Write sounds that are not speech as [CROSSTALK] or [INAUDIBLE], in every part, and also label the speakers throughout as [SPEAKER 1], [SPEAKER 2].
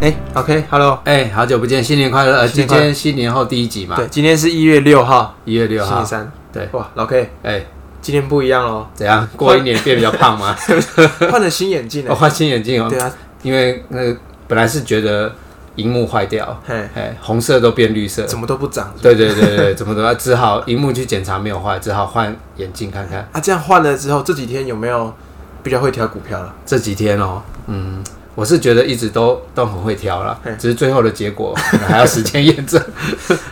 [SPEAKER 1] 哎，OK，Hello，
[SPEAKER 2] 哎、好久不见，新年快乐！呃
[SPEAKER 1] 新
[SPEAKER 2] 今
[SPEAKER 1] 年快乐
[SPEAKER 2] 天新年后第一集嘛，
[SPEAKER 1] 对，，今天是一月六号，
[SPEAKER 2] 一月啊六
[SPEAKER 1] 星
[SPEAKER 2] 号
[SPEAKER 1] 期，三。
[SPEAKER 2] 对，
[SPEAKER 1] 哇，老 K，
[SPEAKER 2] 哎、，
[SPEAKER 1] 今天不一样喽
[SPEAKER 2] [LAUGHS] 怎样？过一年变比较
[SPEAKER 1] [LAUGHS]
[SPEAKER 2] 胖吗？
[SPEAKER 1] 换了新眼镜
[SPEAKER 2] 我
[SPEAKER 1] 了。
[SPEAKER 2] 换新眼镜哦
[SPEAKER 1] 对，啊，
[SPEAKER 2] 因为那个本来是觉得荧幕坏掉，
[SPEAKER 1] 嘿，
[SPEAKER 2] 哎、红色都变绿色，
[SPEAKER 1] 怎么都不长
[SPEAKER 2] 对对对对， [LAUGHS] 怎么怎么，只好荧幕去检查没有坏，只好换眼镜看看。
[SPEAKER 1] 啊？这样换了之后，这几天有没有比较会挑股票了？
[SPEAKER 2] 这几天哦，嗯，我是觉得一直都都很会挑啦
[SPEAKER 1] 嘿，
[SPEAKER 2] 只是最后的结果可能还要时间
[SPEAKER 1] [LAUGHS]
[SPEAKER 2] 验证。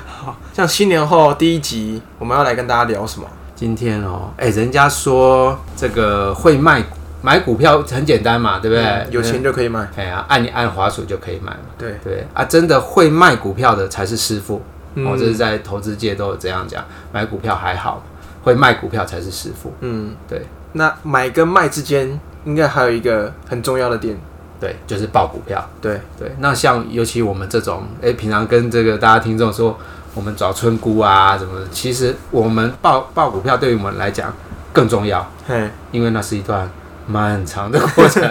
[SPEAKER 1] 好像新年后第一集，我们要来跟大家聊什么？
[SPEAKER 2] 今天哦，哎、人家说这个会卖买股票很简单嘛，对不对？
[SPEAKER 1] 嗯有钱就可以买。
[SPEAKER 2] 哎呀、按一按滑鼠就可以买嘛。
[SPEAKER 1] 对，
[SPEAKER 2] 对啊，真的会卖股票的才是师傅。
[SPEAKER 1] 嗯
[SPEAKER 2] 哦，这是在投资界都有这样讲，买股票还好，会卖股票才是师傅。
[SPEAKER 1] 嗯，
[SPEAKER 2] 对
[SPEAKER 1] 那买跟卖之间，应该还有一个很重要的点。
[SPEAKER 2] 对，就是爆股票。
[SPEAKER 1] 对，
[SPEAKER 2] 对，那像尤其我们这种，哎、平常跟这个大家听众说，我们找村姑啊什么的，其实我们报报股票对于我们来讲更重要，
[SPEAKER 1] 嘿，
[SPEAKER 2] 因为那是一段漫长的
[SPEAKER 1] [LAUGHS]
[SPEAKER 2] 过程。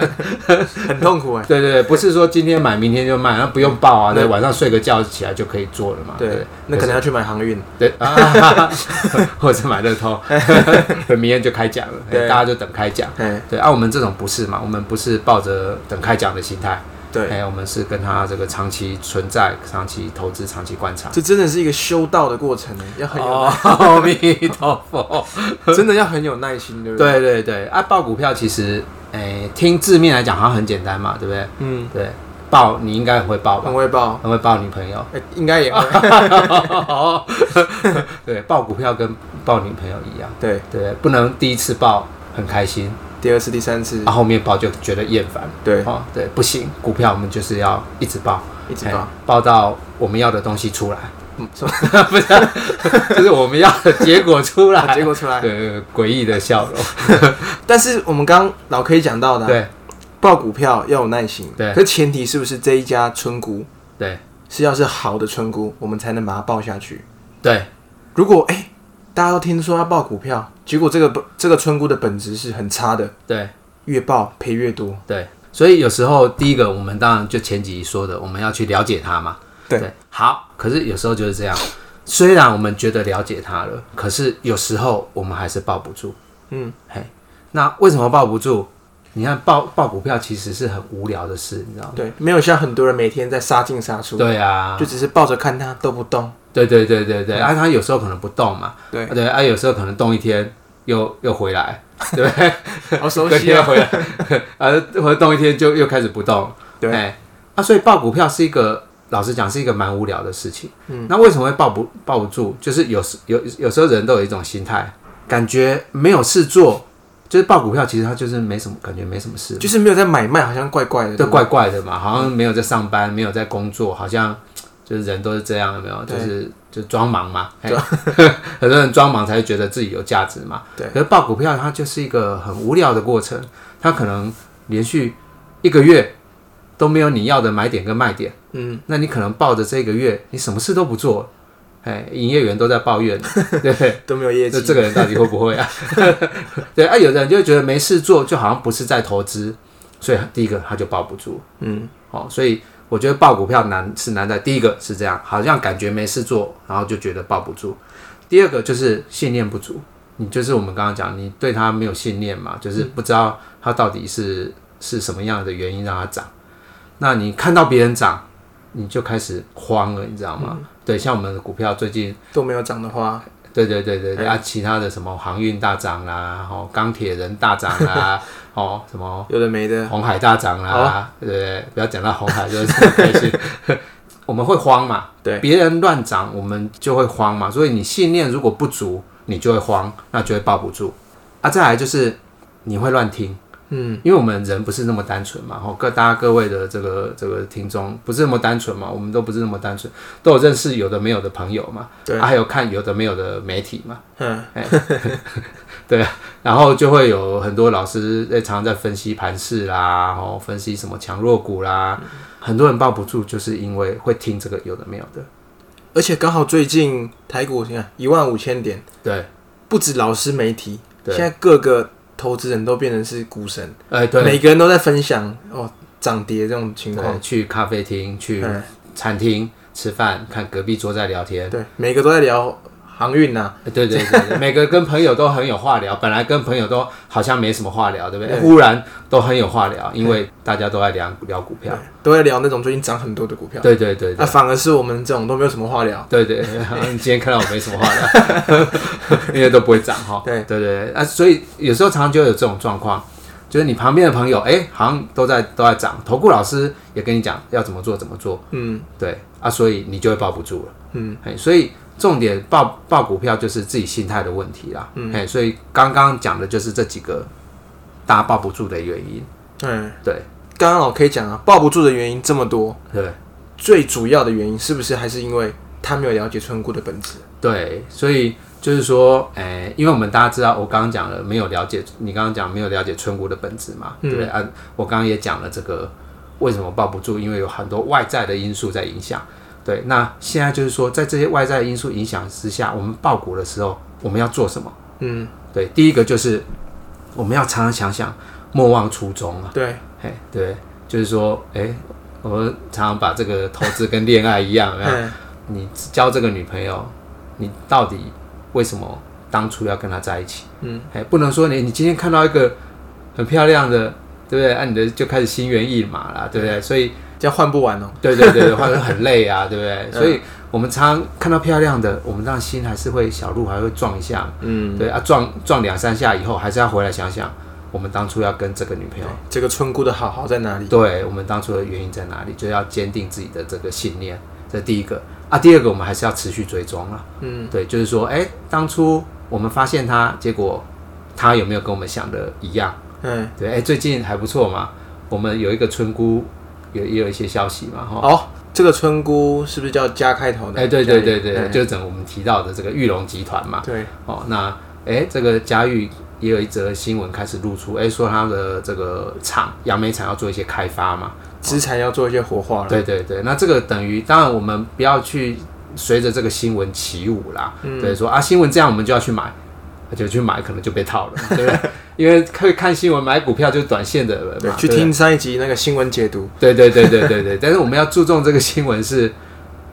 [SPEAKER 1] 很痛苦哎。
[SPEAKER 2] 对对对，不是说今天买明天就卖，那不用报啊，
[SPEAKER 1] 对
[SPEAKER 2] 对，晚上睡个觉起来就可以做了嘛。对
[SPEAKER 1] 对，那可能要去买航运。 [LAUGHS]
[SPEAKER 2] 对 [LAUGHS] 啊，或者买乐透，明天就开奖了，
[SPEAKER 1] 对
[SPEAKER 2] 哎大家就等开奖。
[SPEAKER 1] 嘿，
[SPEAKER 2] 对啊，我们这种不是嘛，我们不是抱着等开奖的心态。
[SPEAKER 1] 对，
[SPEAKER 2] 哎、我们是跟他这个长期存在、长期投资、长期观察。
[SPEAKER 1] 这真的是一个修道的过程欸，要很有、
[SPEAKER 2] 哦， [LAUGHS] 阿弥陀佛。 [LAUGHS]
[SPEAKER 1] 真的要很有耐心，对不对？
[SPEAKER 2] 对对对，啊，报股票其实，哎、听字面来讲好像很简单嘛，对不对？
[SPEAKER 1] 嗯，
[SPEAKER 2] 对，报你应该很会报吧
[SPEAKER 1] 很？会报，
[SPEAKER 2] 很会报女朋友。 [LAUGHS]
[SPEAKER 1] 哎、应该也会。
[SPEAKER 2] 对，报股票跟报女朋友一样，
[SPEAKER 1] 对，
[SPEAKER 2] 对，不能第一次报很开心，
[SPEAKER 1] 第二次、第三次
[SPEAKER 2] 啊，，后面报就觉得厌烦。
[SPEAKER 1] 对，
[SPEAKER 2] 哦，对，不行，股票我们就是要一直报，
[SPEAKER 1] 一直
[SPEAKER 2] 哎
[SPEAKER 1] 报。
[SPEAKER 2] 报到我们要的东西出来，
[SPEAKER 1] 嗯，说
[SPEAKER 2] [LAUGHS] 不是，就是我们要的结果出来。
[SPEAKER 1] 哦结果出来。
[SPEAKER 2] 对，诡异的笑容。
[SPEAKER 1] 但是我们刚刚老 K 讲到的啊、
[SPEAKER 2] 哎对
[SPEAKER 1] 报股票要有耐心，
[SPEAKER 2] 对
[SPEAKER 1] 可前提是不是这一家村姑
[SPEAKER 2] 对
[SPEAKER 1] 是要是好的村姑，我们才能把它报下去。
[SPEAKER 2] 对
[SPEAKER 1] 如果哎、大家都听说要报股票，结果这个本这个村姑的本质是很差的，
[SPEAKER 2] 对
[SPEAKER 1] 越报赔越多。
[SPEAKER 2] 对，所以有时候第一个，我们当然就前几集说的，我们要去了解它嘛。
[SPEAKER 1] 对
[SPEAKER 2] 好，可是有时候就是这样。虽然我们觉得了解它了，可是有时候我们还是抱不住。
[SPEAKER 1] 嗯，
[SPEAKER 2] 嘿，那为什么抱不住？你看抱抱股票其实是很无聊的事，你知道吗？
[SPEAKER 1] 对，没有像很多人每天在杀进杀出，
[SPEAKER 2] 对啊，
[SPEAKER 1] 就只是抱着看它都不动。
[SPEAKER 2] 对对对对对，啊，它有时候可能不动嘛，
[SPEAKER 1] 对
[SPEAKER 2] 啊对啊，有时候可能动一天又又回来，对 [LAUGHS] 不对？
[SPEAKER 1] 好熟
[SPEAKER 2] 隔
[SPEAKER 1] 悉
[SPEAKER 2] 天又
[SPEAKER 1] 啊！
[SPEAKER 2] 回来，啊，或者动一天就又开始不动，
[SPEAKER 1] 对
[SPEAKER 2] 哎，啊，所以报股票是一个，老实讲是一个蛮无聊的事情。嗯，那为什么会抱不抱不住？就是有时有有时候人都有一种心态，感觉没有事做，就是报股票，其实它就是没什么感觉，没什么事，
[SPEAKER 1] 就是没有在买卖，好像怪怪的。
[SPEAKER 2] 就
[SPEAKER 1] 对吧
[SPEAKER 2] 怪怪的嘛，好像没有在上班，没有在工作，好像就是人都是这样，有没有？
[SPEAKER 1] 对
[SPEAKER 2] 就是就装忙嘛，嘿很多人装忙才会觉得自己有价值嘛。
[SPEAKER 1] [LAUGHS] 对
[SPEAKER 2] 可是报股票它就是一个很无聊的过程，它可能连续一个月都没有你要的买点跟卖点，
[SPEAKER 1] 嗯，
[SPEAKER 2] 那你可能抱着这个月你什么事都不做，哎，营业员都在
[SPEAKER 1] [LAUGHS]
[SPEAKER 2] 抱怨，对不对？
[SPEAKER 1] 都没有业
[SPEAKER 2] 这
[SPEAKER 1] 绩。
[SPEAKER 2] 这个人到底会不会啊？ [LAUGHS] 对啊，有的人就会觉得没事做，就好像不是在投资，所以第一个他就抱不住。
[SPEAKER 1] 嗯，
[SPEAKER 2] 哦，所以我觉得抱股票难是难在第一个是这样，好像感觉没事做，然后就觉得抱不住；第二个就是信念不足，你就是我们刚刚讲，你对它没有信念嘛，就是不知道它到底是是什么样的原因让它涨。那你看到别人涨，你就开始慌了，你知道吗？对，像我们的股票最近。
[SPEAKER 1] 都没有涨的话，
[SPEAKER 2] 对对对对对、啊！其他的什么航运大涨啦，哦，钢铁人大涨啦，哦，什么
[SPEAKER 1] 有的没的。
[SPEAKER 2] 红海大涨啦，
[SPEAKER 1] 啊
[SPEAKER 2] 对不对？不要讲到红海就是 [LAUGHS] 很开心，我们会慌嘛？
[SPEAKER 1] 对
[SPEAKER 2] 别人乱涨，我们就会慌嘛。所以你信念如果不足，你就会慌，那就会抱不住。啊，再来就是你会乱听，
[SPEAKER 1] 嗯，
[SPEAKER 2] 因为我们人不是那么单纯嘛，吼，各大家各位的这个这个听众不是那么单纯嘛，我们都不是那么单纯，都有认识有的没有的朋友嘛，
[SPEAKER 1] 对
[SPEAKER 2] 啊、还有看有的没有的媒体嘛，
[SPEAKER 1] 嗯，
[SPEAKER 2] 然后就会有很多老师在常常在分析盘势啦，然后分析什么强弱股啦，很多人抱不住，就是因为会听这个有的没有的，
[SPEAKER 1] 而且刚好最近台股，你看一万五千点，
[SPEAKER 2] 对，
[SPEAKER 1] 不止老师媒体，
[SPEAKER 2] 对
[SPEAKER 1] 现在各个投资人都变成是股神，
[SPEAKER 2] 哎、对，
[SPEAKER 1] 每个人都在分享哦，涨跌这种情况。
[SPEAKER 2] 对，去咖啡厅、去
[SPEAKER 1] 嗯
[SPEAKER 2] 餐厅吃饭，看隔壁桌在聊 [LAUGHS] 天。
[SPEAKER 1] 对，每个都在聊航运啊呐、
[SPEAKER 2] 对对对，对每个跟朋友都很有话聊，本来跟朋友都好像没什么话聊，对不对？忽然都很有话聊，因为大家都在聊聊股票。
[SPEAKER 1] 都在聊那种最近涨很多的股票。
[SPEAKER 2] 对对对
[SPEAKER 1] 那、反而是我们这种都没有什么话聊。
[SPEAKER 2] 对对， [LAUGHS] 你今天看到我没什么话聊， [LAUGHS] 因为都不会涨哈。
[SPEAKER 1] 对
[SPEAKER 2] 对对啊，所以有时候常常就有这种状况，就是你旁边的朋友，哎、好像都在都在涨，投顾老师也跟你讲要怎么做怎么做，
[SPEAKER 1] 嗯，
[SPEAKER 2] 对啊，所以你就会抱不住了。
[SPEAKER 1] 嗯
[SPEAKER 2] 嘿，所以重点抱抱股票就是自己心态的问题啦。嗯，嘿，所以刚刚讲的就是这几个大家抱不住的原因。
[SPEAKER 1] 对，
[SPEAKER 2] 对
[SPEAKER 1] 刚刚老 K 讲啊，抱不住的原因这么多，
[SPEAKER 2] 对
[SPEAKER 1] 最主要的原因是不是还是因为他没有了解村姑的本质？
[SPEAKER 2] 对，所以就是说，哎、因为我们大家知道，我刚刚讲了没有了解，你刚刚讲没有了解春股的本质嘛，对不对啊？我刚刚也讲了这个为什么抱不住，因为有很多外在的因素在影响。对，那现在就是说，在这些外在因素影响之下，我们爆股的时候，我们要做什么？
[SPEAKER 1] 嗯，
[SPEAKER 2] 对，第一个就是我们要常常想想，莫忘初衷啊。
[SPEAKER 1] 对，
[SPEAKER 2] 嘿，对，就是说，哎、我常常把这个投资跟恋爱一样，有没有
[SPEAKER 1] 嗯，
[SPEAKER 2] 你交这个女朋友，你到底为什么当初要跟她在一起？
[SPEAKER 1] 嗯，
[SPEAKER 2] 哎，不能说你你今天看到一个很漂亮的，对不对？啊，你的就开始心猿意马啦，对不
[SPEAKER 1] 嗯
[SPEAKER 2] 对？所以，
[SPEAKER 1] 这样换不完哦。
[SPEAKER 2] 对对对，或者很累啊，对不
[SPEAKER 1] 嗯
[SPEAKER 2] 对？所以我们常常看到漂亮的，我们让心还是会小鹿还会撞一下，
[SPEAKER 1] 嗯，
[SPEAKER 2] 对啊，撞撞两三下以后，还是要回来想想，我们当初要跟这个女朋友，
[SPEAKER 1] 这个村姑的好好在哪里？
[SPEAKER 2] 对我们当初的原因在哪里，就要坚定自己的这个信念，这第一个啊，第二个我们还是要持续追踪啊，
[SPEAKER 1] 嗯，
[SPEAKER 2] 对，就是说，哎、当初我们发现他，结果他有没有跟我们想的一样？
[SPEAKER 1] 嗯，
[SPEAKER 2] 对，哎、最近还不错嘛，我们有一个村姑，有也有一些消息嘛，哈。
[SPEAKER 1] 哦，这个村姑是不是叫加开头的？
[SPEAKER 2] 哎、对对对对，
[SPEAKER 1] 嗯
[SPEAKER 2] 就是整个我们提到的这个玉龙集团嘛，
[SPEAKER 1] 对，
[SPEAKER 2] 哦，那哎、这个嘉裕也有一则新闻开始露出，哎、说他的这个厂杨梅厂要做一些开发嘛，
[SPEAKER 1] 资产要做一些活化了。
[SPEAKER 2] 对对对，那这个等于当然我们不要去随着这个新闻起舞啦，
[SPEAKER 1] 嗯
[SPEAKER 2] 对，说啊新闻这样我们就要去买，就去买可能就被
[SPEAKER 1] [LAUGHS]
[SPEAKER 2] 套了嘛，对不对？因为会看新闻买股票就是短线的人
[SPEAKER 1] 对
[SPEAKER 2] 嘛，，
[SPEAKER 1] 去
[SPEAKER 2] 对不
[SPEAKER 1] 听上一集那个新闻解读。
[SPEAKER 2] 对对对对对对，但是我们要注重这个新闻是。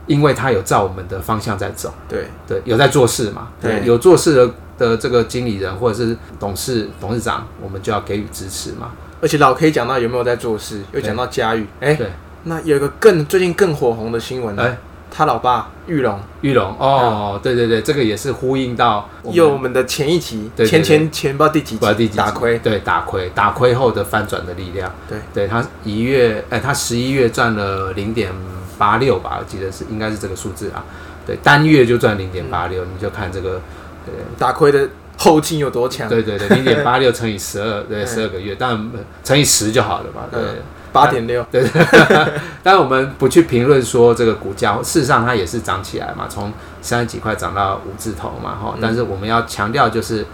[SPEAKER 2] 因为它有照我们的方向在走，
[SPEAKER 1] 对，
[SPEAKER 2] 对，有在做事嘛，对，
[SPEAKER 1] 对
[SPEAKER 2] 有做事的的这个经理人或者是董事董事长，我们就要给予支持嘛，
[SPEAKER 1] 而且老 K 讲到有没有在做事，又讲到嘉裕，哎、
[SPEAKER 2] 对
[SPEAKER 1] 那有一个更最近更火红的新闻，啊
[SPEAKER 2] 哎
[SPEAKER 1] 他老爸玉龙，
[SPEAKER 2] 玉龙
[SPEAKER 1] 嗯
[SPEAKER 2] 哦，对对对，这个也是呼应到我们
[SPEAKER 1] 又我们的前一集，
[SPEAKER 2] 对对
[SPEAKER 1] 前
[SPEAKER 2] 对
[SPEAKER 1] 前前不知道第几
[SPEAKER 2] 不知道第
[SPEAKER 1] 集
[SPEAKER 2] 几集
[SPEAKER 1] 打亏，
[SPEAKER 2] 对打亏，打亏后的翻转的力量。
[SPEAKER 1] 对，
[SPEAKER 2] 对他一月，哎、他十一月赚了零点八六吧，我记得是应该是这个数字啊。对，单月就赚零点八
[SPEAKER 1] 嗯
[SPEAKER 2] 六，你就看这个，
[SPEAKER 1] 打亏的后劲有多强，
[SPEAKER 2] 对对对，零点八六乘以十二，
[SPEAKER 1] [LAUGHS]
[SPEAKER 2] 对，十二个月，但乘以十就好了嘛。对，
[SPEAKER 1] 嗯八点六，
[SPEAKER 2] 但我们不去评论说这个股价，事实上它也是涨起来嘛，从三十几块涨到五字头嘛，
[SPEAKER 1] 嗯
[SPEAKER 2] 哈。但是我们要强调就是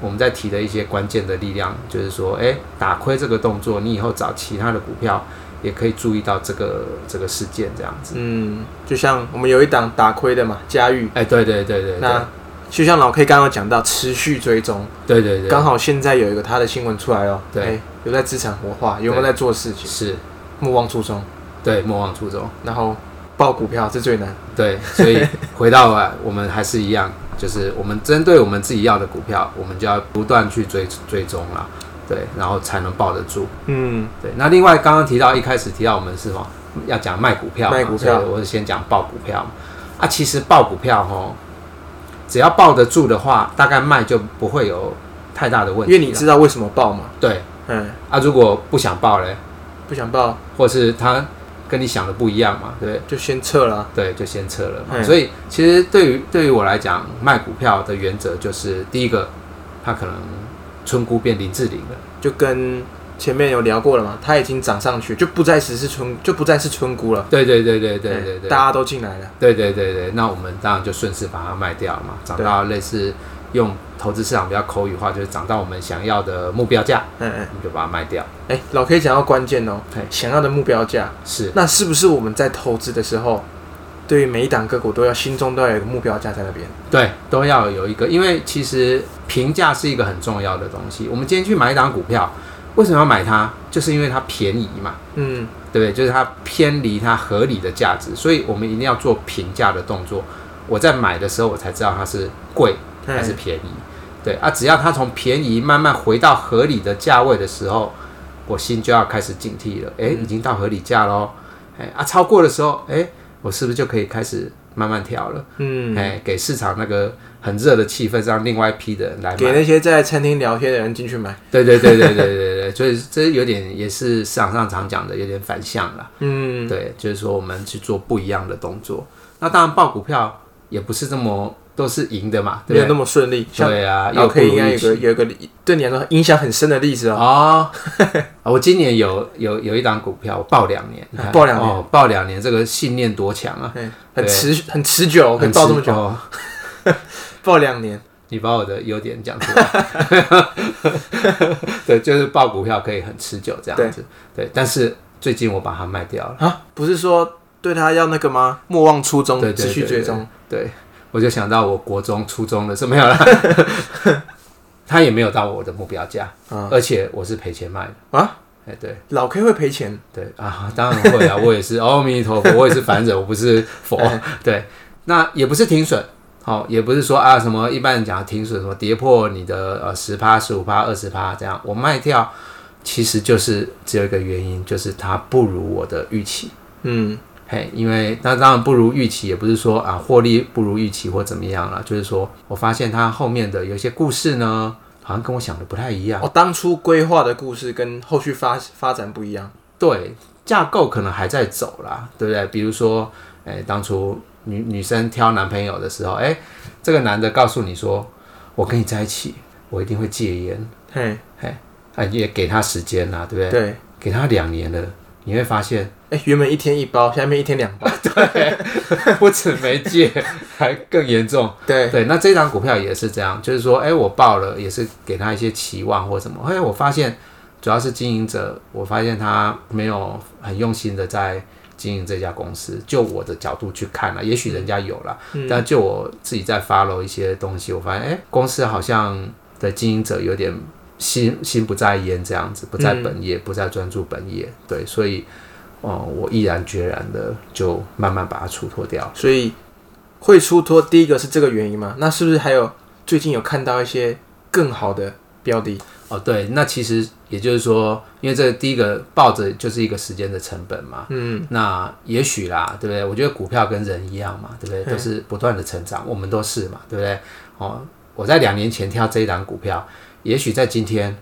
[SPEAKER 2] 我们在提的一些关键的力量，就是说，哎、打亏这个动作，你以后找其他的股票也可以注意到这个这个事件这样子。
[SPEAKER 1] 嗯，就像我们有一档打亏的嘛，嘉裕，
[SPEAKER 2] 哎、对对对对对
[SPEAKER 1] 那就像老 K 刚刚讲到持续追踪，
[SPEAKER 2] 对对对，
[SPEAKER 1] 刚好现在有一个他的新闻出来哦，
[SPEAKER 2] 对
[SPEAKER 1] 哎有在资产活化，有没有在做事情，
[SPEAKER 2] 是，
[SPEAKER 1] 莫忘初衷，
[SPEAKER 2] 对，莫忘初衷。
[SPEAKER 1] 然后报股票这最难，
[SPEAKER 2] 对，所以回到啊，我们还是一样，就是我们针对我们自己要的股票，我们就要不断去追追踪啦，对，然后才能抱得住。
[SPEAKER 1] 嗯，
[SPEAKER 2] 对，那另外刚刚提到一开始提到我们是什么？要讲卖股票嘛，
[SPEAKER 1] 卖股票
[SPEAKER 2] 所以我是先讲报股票嘛。啊，其实报股票吼，只要抱得住的话，大概卖就不会有太大的问
[SPEAKER 1] 因
[SPEAKER 2] 题
[SPEAKER 1] 为你
[SPEAKER 2] 了。
[SPEAKER 1] 知道为什么报嘛，
[SPEAKER 2] 对
[SPEAKER 1] 嗯，
[SPEAKER 2] 啊，如果不想报嘞，
[SPEAKER 1] 不想报
[SPEAKER 2] 或是他跟你想的不一样嘛，对不对？
[SPEAKER 1] 就先撤了啊，
[SPEAKER 2] 对，就先撤了嘛。
[SPEAKER 1] 嗯
[SPEAKER 2] 所以其实对于对于我来讲，卖股票的原则就是第一个，他可能村姑变林志玲了，
[SPEAKER 1] 就跟前面有聊过了嘛，它已经涨上去，就不再只是村，就不再是村姑了。哎
[SPEAKER 2] 对对对对对对对
[SPEAKER 1] 大，家都进来了。
[SPEAKER 2] 对对对对，那我们当然就顺势把它卖掉嘛，涨到类似用投资市场比较口语化，就是涨到我们想要的目标价，
[SPEAKER 1] 嗯嗯，
[SPEAKER 2] 我们就把它卖掉。
[SPEAKER 1] 哎、老 K 讲到关键哦
[SPEAKER 2] 对，
[SPEAKER 1] 想要的目标价，
[SPEAKER 2] 是
[SPEAKER 1] 那是不是我们在投资的时候，对于每一档个股都要心中都要有一个目标价在那边。
[SPEAKER 2] 对，都要有一个，因为其实评价是一个很重要的东西。我们今天去买一档股票，为什么要买它？就是因为它便宜嘛，
[SPEAKER 1] 嗯，
[SPEAKER 2] 对不对？就是它偏离它合理的价值，所以我们一定要做评价的动作。我在买的时候，我才知道它是贵还是
[SPEAKER 1] 哎
[SPEAKER 2] 便宜。对啊，只要它从便宜慢慢回到合理的价位的时候，我心就要开始警惕了。诶，已经到合理价喽。诶啊，超过的时候，诶，我是不是就可以开始慢慢调了？
[SPEAKER 1] 嗯，
[SPEAKER 2] 哎、给市场那个很热的气氛，让另外一批的人来
[SPEAKER 1] 给
[SPEAKER 2] 买。
[SPEAKER 1] 那些在餐厅聊天的人进去买。
[SPEAKER 2] 对对对对对对对，所以这有点也是市场上常讲的，有点反向了。
[SPEAKER 1] 嗯，
[SPEAKER 2] 对，就是说我们去做不一样的动作。那当然，报股票也不是这么都是赢的嘛，
[SPEAKER 1] 没有
[SPEAKER 2] 对不
[SPEAKER 1] 那么顺利。
[SPEAKER 2] 对？
[SPEAKER 1] 像
[SPEAKER 2] 对啊，
[SPEAKER 1] 老
[SPEAKER 2] 又不
[SPEAKER 1] 可以应
[SPEAKER 2] 如
[SPEAKER 1] 该
[SPEAKER 2] 预
[SPEAKER 1] 有个
[SPEAKER 2] 期。
[SPEAKER 1] 有一个对你来说影响很深的例子哦。
[SPEAKER 2] 哦，我今年有有有一档股票，我报两年，你看
[SPEAKER 1] 报两年
[SPEAKER 2] 哦，报两年，这个信念多强啊！
[SPEAKER 1] 嗯，很
[SPEAKER 2] 对
[SPEAKER 1] 持很持久，可以
[SPEAKER 2] 很
[SPEAKER 1] 抱
[SPEAKER 2] 持
[SPEAKER 1] 这么久，
[SPEAKER 2] 哦
[SPEAKER 1] 抱两年。
[SPEAKER 2] 你把我的优点讲出来， [LAUGHS] 对，就是报股票可以很持久这样子，对。但是最近我把它卖掉了，
[SPEAKER 1] 啊，不是说对他要那个吗？莫忘初衷
[SPEAKER 2] 对，对
[SPEAKER 1] 持续追踪。
[SPEAKER 2] 对我就想到我国中、初中的是没有 [LAUGHS] 了，它也没有到我的目标价，
[SPEAKER 1] 啊
[SPEAKER 2] 而且我是赔钱卖的
[SPEAKER 1] 啊，
[SPEAKER 2] 哎，对
[SPEAKER 1] 老 K 会赔钱，
[SPEAKER 2] 对啊，当然会啊，我 [LAUGHS] 也是阿弥陀佛，我也是凡人，我不是佛，
[SPEAKER 1] 哎
[SPEAKER 2] [LAUGHS] 对，那也不是停损。好、也不是说啊什么一般人讲的停损，什么跌破你的呃十趴、十五趴、二十趴这样，我卖掉，其实就是只有一个原因，就是它不如我的预期。
[SPEAKER 1] 嗯，
[SPEAKER 2] 嘿，因为那当然不如预期，也不是说啊获利不如预期或怎么样了，就是说我发现它后面的有一些故事呢，好像跟我想的不太一样。
[SPEAKER 1] 我、哦当初规划的故事跟后续发发展不一样，
[SPEAKER 2] 对，架构可能还在走啦，对不对？比如说，哎、当初女女生挑男朋友的时候，哎、这个男的告诉你说，我跟你在一起，我一定会戒烟，
[SPEAKER 1] 嘿，
[SPEAKER 2] 哎、你也给他时间啦，对不对？
[SPEAKER 1] 对，
[SPEAKER 2] 给他两年了，你会发现 [LAUGHS]
[SPEAKER 1] 哎、原本一天一包，下面一天两包，
[SPEAKER 2] 不止没戒，还更严重。
[SPEAKER 1] 对，
[SPEAKER 2] 对，那这张股票也是这样，就是说，哎、我报了，也是给他一些期望或什么。哎、我发现主要是经营者，我发现他没有很用心的在经营这家公司。就我的角度去看了，也许人家有啦，但就我自己在 follow 一些东西，我发现，哎、公司好像的经营者有点心心不在焉这样子，不在本业，不再专注本业。对，所以，哦、我毅然决然的就慢慢把它出脱掉。
[SPEAKER 1] 所以会出脱，第一个是这个原因嘛？那是不是还有最近有看到一些更好的标的？
[SPEAKER 2] 哦，对，那其实也就是说，因为这第一个抱着就是一个时间的成本嘛，
[SPEAKER 1] 嗯，
[SPEAKER 2] 那也许啦，对不对？我觉得股票跟人一样嘛，对不对？都是不断的成长，我们都是嘛，对不对？哦，我在两年前挑这一档股票，也许在今天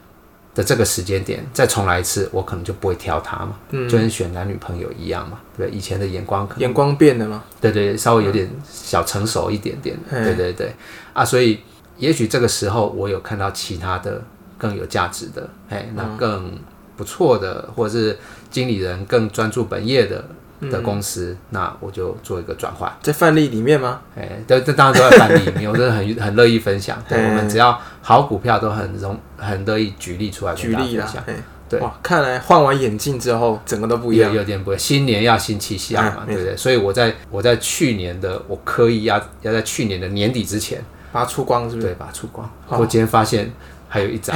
[SPEAKER 2] 的这个时间点再重来一次，我可能就不会挑它嘛，
[SPEAKER 1] 嗯
[SPEAKER 2] 就跟选男女朋友一样嘛，对不对？以前的眼光可能。
[SPEAKER 1] 眼光变了嘛？
[SPEAKER 2] 对对，稍微有点小成熟一点点，
[SPEAKER 1] 嗯
[SPEAKER 2] 对对对啊，所以也许这个时候我有看到其他的更有价值的，哎，那更不错的，或者是经理人更专注本业的的公司，那我就做一个转换，
[SPEAKER 1] 嗯在范例里面吗？
[SPEAKER 2] 哎，这这当然都在范例里面，我真的很 [LAUGHS] 很乐意分享，对
[SPEAKER 1] 嗯
[SPEAKER 2] 我们只要好股票都很容很乐意举例出来
[SPEAKER 1] 举
[SPEAKER 2] 跟大家
[SPEAKER 1] 例
[SPEAKER 2] 分
[SPEAKER 1] 啦
[SPEAKER 2] 享，，
[SPEAKER 1] 嘿
[SPEAKER 2] 对
[SPEAKER 1] 哇，看来换完眼镜之后，整个都不一样
[SPEAKER 2] 有。有点不一样。新年要新气象嘛，
[SPEAKER 1] 嗯
[SPEAKER 2] 对不对？所以我在我在去年的我刻意要要在去年的年底之前。
[SPEAKER 1] 把它出光是不是？
[SPEAKER 2] 对，把它出光。
[SPEAKER 1] 好
[SPEAKER 2] 我今天发现还有一张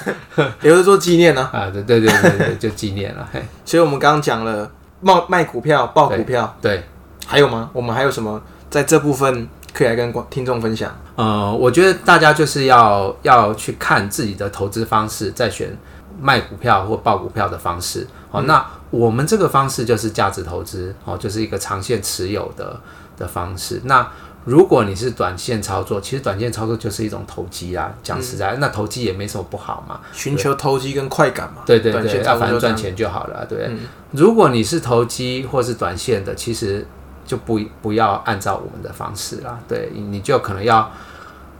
[SPEAKER 2] [LAUGHS]
[SPEAKER 1] 留着做纪念呢、
[SPEAKER 2] 啊，对对对对对， [LAUGHS] 就纪念了。嘿，
[SPEAKER 1] 所以我们刚刚讲了卖卖股票、爆股票，
[SPEAKER 2] 对，
[SPEAKER 1] 还有吗？我们还有什么在这部分可以来跟观听众分享？
[SPEAKER 2] 呃，我觉得大家就是要要去看自己的投资方式，再选卖股票或报股票的方式。好、
[SPEAKER 1] 嗯
[SPEAKER 2] 那我们这个方式就是价值投资，哦，就是一个长线持有的的方式。那如果你是短线操作，其实短线操作就是一种投机啊。讲实
[SPEAKER 1] 嗯
[SPEAKER 2] 在，那投机也没什么不好嘛。
[SPEAKER 1] 寻求投机跟快感嘛？
[SPEAKER 2] 对对
[SPEAKER 1] 短
[SPEAKER 2] 对，
[SPEAKER 1] 线
[SPEAKER 2] 要
[SPEAKER 1] 操
[SPEAKER 2] 反
[SPEAKER 1] 作就这
[SPEAKER 2] 正赚
[SPEAKER 1] 样嗯
[SPEAKER 2] 钱就好了啊，对不对？如果你是投机或是短线的，其实就不不要按照我们的方式
[SPEAKER 1] 嗯
[SPEAKER 2] 啦，对，你就可能要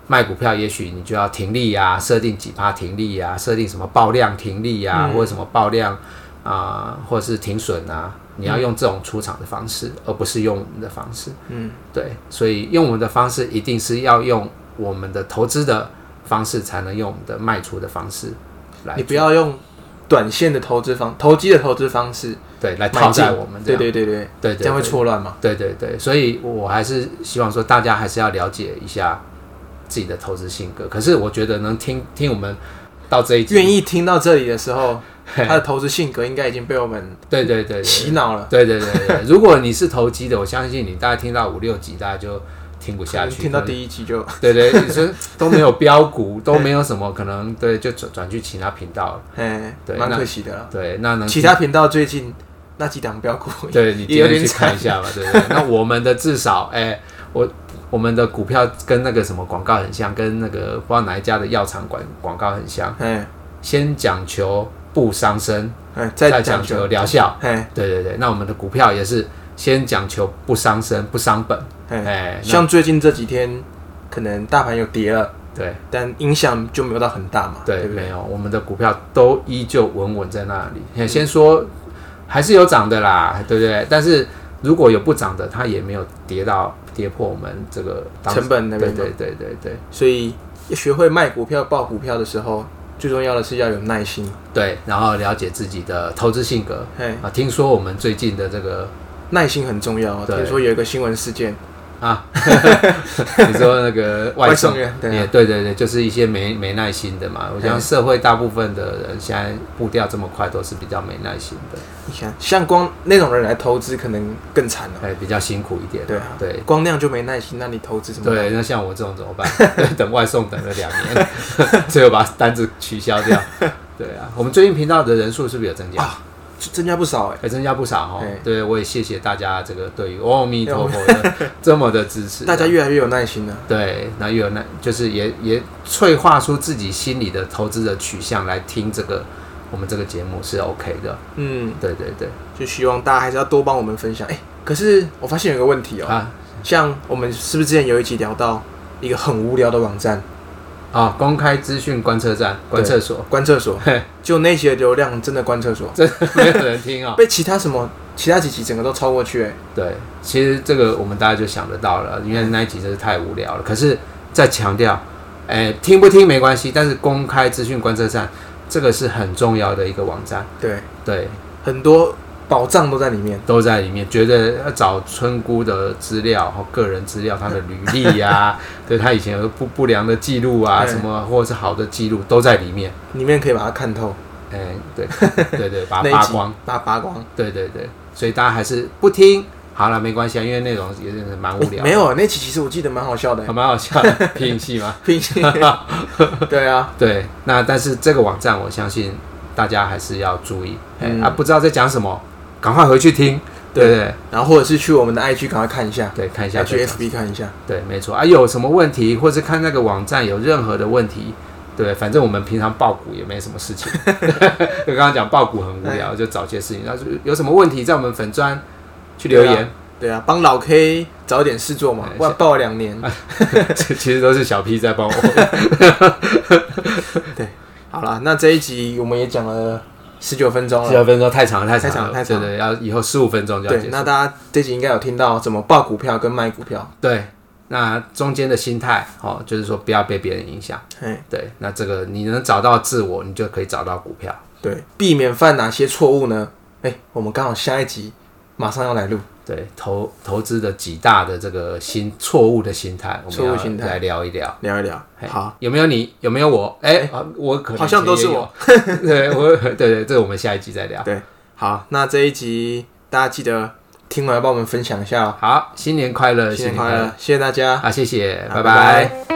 [SPEAKER 2] 卖股票，也许你就要停利呀、设定几趴停利呀、设定什么爆量停利呀、
[SPEAKER 1] 嗯
[SPEAKER 2] 或者什么爆量啊、或者是停损啊，你要用这种出场的方式，而不是用我们的方式。
[SPEAKER 1] 嗯，
[SPEAKER 2] 对，所以用我们的方式，一定是要用我们的投资的方式，才能用我们的卖出的方式来
[SPEAKER 1] 你不要用短线的投资方、投机的投资方式
[SPEAKER 2] 对来
[SPEAKER 1] 买
[SPEAKER 2] 套在
[SPEAKER 1] 进
[SPEAKER 2] 我们这
[SPEAKER 1] 对
[SPEAKER 2] 样，
[SPEAKER 1] 对对对，
[SPEAKER 2] 对对
[SPEAKER 1] 这样会
[SPEAKER 2] 对
[SPEAKER 1] 错乱嘛？
[SPEAKER 2] 对对对，所以我还是希望说大家还是要了解一下自己的投资性格。可是我觉得能听听我们到这一集，
[SPEAKER 1] 愿意听到这里的时候，
[SPEAKER 2] 嘿
[SPEAKER 1] 他的投资性格应该已经被我们
[SPEAKER 2] 对对对
[SPEAKER 1] 洗
[SPEAKER 2] 对
[SPEAKER 1] 脑了，
[SPEAKER 2] 对对对对，如果你是投机的，我相信你大概听到五六集，大家就听不下去，
[SPEAKER 1] 听到
[SPEAKER 2] 可能
[SPEAKER 1] 第一集就 [LAUGHS]
[SPEAKER 2] 对对，你说都没有标股，都没有什么可能，对，就转转去其他频道了。
[SPEAKER 1] 哎，
[SPEAKER 2] 对
[SPEAKER 1] 蛮
[SPEAKER 2] 那
[SPEAKER 1] 可惜的了。
[SPEAKER 2] 对，那能
[SPEAKER 1] 其他频道最近那几档标股，
[SPEAKER 2] 对你今
[SPEAKER 1] 也有
[SPEAKER 2] 天
[SPEAKER 1] 点
[SPEAKER 2] 去看一下吧，对不对？那我们的至少，哎、我我们的股票跟那个什么广告很像，跟那个不知道哪一家的药厂广广告很像，
[SPEAKER 1] 哎
[SPEAKER 2] 先讲求不伤身，
[SPEAKER 1] 哎，
[SPEAKER 2] 再
[SPEAKER 1] 再
[SPEAKER 2] 讲
[SPEAKER 1] 讲
[SPEAKER 2] 求
[SPEAKER 1] 究，
[SPEAKER 2] 疗效。
[SPEAKER 1] 哎
[SPEAKER 2] 对对对，那我们的股票也是先讲求不伤身、不伤本，
[SPEAKER 1] 哎，
[SPEAKER 2] 哎、那
[SPEAKER 1] 像最近这几天可能大盘有跌了，
[SPEAKER 2] 对
[SPEAKER 1] 但影响就没有到很大嘛，
[SPEAKER 2] 对，
[SPEAKER 1] 不对？
[SPEAKER 2] 没有，我们的股票都依旧稳稳在那里。嘿先说还是有涨的啦，对不对？但是如果有不涨的，它也没有跌到跌破我们这个当时
[SPEAKER 1] 成本那边嘛
[SPEAKER 2] 对对对对对
[SPEAKER 1] 所以要学会卖股票、爆股票的时候，最重要的是要有耐心。
[SPEAKER 2] 对，然后了解自己的投资性格
[SPEAKER 1] 嘿，
[SPEAKER 2] 啊。听说我们最近的这个
[SPEAKER 1] 耐心很重要哦。
[SPEAKER 2] 对
[SPEAKER 1] 听说有一个新闻事件， [LAUGHS]
[SPEAKER 2] 啊， [LAUGHS] 你说那个外送
[SPEAKER 1] 送员对
[SPEAKER 2] 也
[SPEAKER 1] 啊，
[SPEAKER 2] 对对对，就是一些没没耐心的嘛。我想
[SPEAKER 1] 嗯
[SPEAKER 2] 社会大部分的人现在步调这么快，都是比较没耐心的，
[SPEAKER 1] 你看，像光那种人来投资，可能更惨了。
[SPEAKER 2] 哎，比较辛苦一点。
[SPEAKER 1] 啊对啊，
[SPEAKER 2] 对
[SPEAKER 1] 光那样就没耐心，那你投资什么？
[SPEAKER 2] 对，那像我这种怎么办？ [LAUGHS] 等外送等了两年， [LAUGHS] 所以我把单子取消掉。对啊，我们最近频道的人数是不是有增加？
[SPEAKER 1] 啊就增加不少哎、
[SPEAKER 2] 还增加不少哈
[SPEAKER 1] 对。
[SPEAKER 2] 对，我也谢谢大家这个对于哦阿弥陀佛的 [LAUGHS] 这么的支持，
[SPEAKER 1] 大家越来越有耐心啊了。
[SPEAKER 2] 对，那又有那就是也也催化出自己心里的投资的取向来听这个我们这个节目是 OK 的。
[SPEAKER 1] 嗯，
[SPEAKER 2] 对对对，
[SPEAKER 1] 就希望大家还是要多帮我们分享。哎、可是我发现有个问题哦、
[SPEAKER 2] 啊
[SPEAKER 1] 像我们是不是之前有一集聊到一个很无聊的网站
[SPEAKER 2] 啊，公开资讯观测站、观测所， [LAUGHS]
[SPEAKER 1] 关厕所
[SPEAKER 2] 嘿，
[SPEAKER 1] 就那集的流量真的关厕所，
[SPEAKER 2] 真的没有人听哦。
[SPEAKER 1] 被其他什么其他几集整个都超过去哎、
[SPEAKER 2] 对，其实这个我们大家就想得到了，因为那一集真是太无聊了。可是再强调，哎、听不听没关系，但是公开资讯观测站这个是很重要的一个网站，
[SPEAKER 1] 对，
[SPEAKER 2] 对，
[SPEAKER 1] 很多宝藏都在里面。
[SPEAKER 2] 都在里面，觉得要找村姑的资料和个人资料，他的履历呀、
[SPEAKER 1] [LAUGHS]
[SPEAKER 2] 对他以前有不不良的记录啊，
[SPEAKER 1] 对
[SPEAKER 2] 什么或者是好的记录都在里面。
[SPEAKER 1] 里面可以把它看透，
[SPEAKER 2] 哎、
[SPEAKER 1] [LAUGHS]
[SPEAKER 2] 对对对，把它
[SPEAKER 1] 那一
[SPEAKER 2] 扒
[SPEAKER 1] 集
[SPEAKER 2] 光，，
[SPEAKER 1] 把它扒光。
[SPEAKER 2] 对对对，所以大家还是不听好了，没关系啊，因为内容也是蛮无聊的，
[SPEAKER 1] 没有啊那期，其实我记得蛮好笑的
[SPEAKER 2] [LAUGHS] 还，蛮好笑的，皮影
[SPEAKER 1] [LAUGHS]
[SPEAKER 2] 戏嘛。
[SPEAKER 1] 毕
[SPEAKER 2] [LAUGHS]
[SPEAKER 1] 竟对啊，
[SPEAKER 2] 对，那但是这个网站我相信大家还是要注意，哎、
[SPEAKER 1] 嗯
[SPEAKER 2] 啊，不知道在讲什么，赶快回去听，对
[SPEAKER 1] 对
[SPEAKER 2] 对对
[SPEAKER 1] 然后或者是去我们的 IG 赶快看一下，
[SPEAKER 2] 对，看一下
[SPEAKER 1] 要
[SPEAKER 2] 在
[SPEAKER 1] 去
[SPEAKER 2] 讲
[SPEAKER 1] FB 看一下。
[SPEAKER 2] 对，没错啊，有什么问题，或是看那个网站有任何的问题，对，反正我们平常报股也没什么
[SPEAKER 1] [LAUGHS]
[SPEAKER 2] 事情。就刚刚讲报股很无聊，就找些事情。然后就有什么问题，在我们粉砖去留言，
[SPEAKER 1] 对啊，帮老 K 找一点事做嘛
[SPEAKER 2] 哎，
[SPEAKER 1] 我报了两
[SPEAKER 2] [LAUGHS]
[SPEAKER 1] 年。啊
[SPEAKER 2] 这其实都是小 P 在
[SPEAKER 1] [LAUGHS]
[SPEAKER 2] 帮我。
[SPEAKER 1] 好啦，那这一集我们也讲了十九分钟
[SPEAKER 2] 十
[SPEAKER 1] 了，
[SPEAKER 2] 二分钟太长了，太
[SPEAKER 1] 太
[SPEAKER 2] 长
[SPEAKER 1] 长
[SPEAKER 2] 了，
[SPEAKER 1] 了太长了
[SPEAKER 2] 对对，要以后十五分钟就要
[SPEAKER 1] 对，
[SPEAKER 2] 结束
[SPEAKER 1] 那。大家这集应该有听到怎么报股票跟卖股票，
[SPEAKER 2] 对，那中间的心态，哦，就是说不要被别人影响。
[SPEAKER 1] 哎，
[SPEAKER 2] 对，那这个你能找到自我，你就可以找到股票。
[SPEAKER 1] 对，避免犯哪些错误呢？哎，我们刚好下一集马上要来录，
[SPEAKER 2] 对投投资的几大的这个心错误的心态，我
[SPEAKER 1] 错误
[SPEAKER 2] 们
[SPEAKER 1] 心
[SPEAKER 2] 要
[SPEAKER 1] 态
[SPEAKER 2] 来聊一聊。
[SPEAKER 1] 聊一聊。
[SPEAKER 2] 嘿
[SPEAKER 1] 好，，
[SPEAKER 2] 有没有你？有没有我？哎、啊我可能
[SPEAKER 1] 好像都是
[SPEAKER 2] 也有。 [LAUGHS] 对，我对对，这个我们下一集再聊。
[SPEAKER 1] 对，好，那这一集大家记得听完帮我们分享一下哦。
[SPEAKER 2] 好，新年快乐，
[SPEAKER 1] 新年快乐，谢谢大家，
[SPEAKER 2] 啊！谢谢，
[SPEAKER 1] 好
[SPEAKER 2] 拜
[SPEAKER 1] 拜
[SPEAKER 2] 拜
[SPEAKER 1] 拜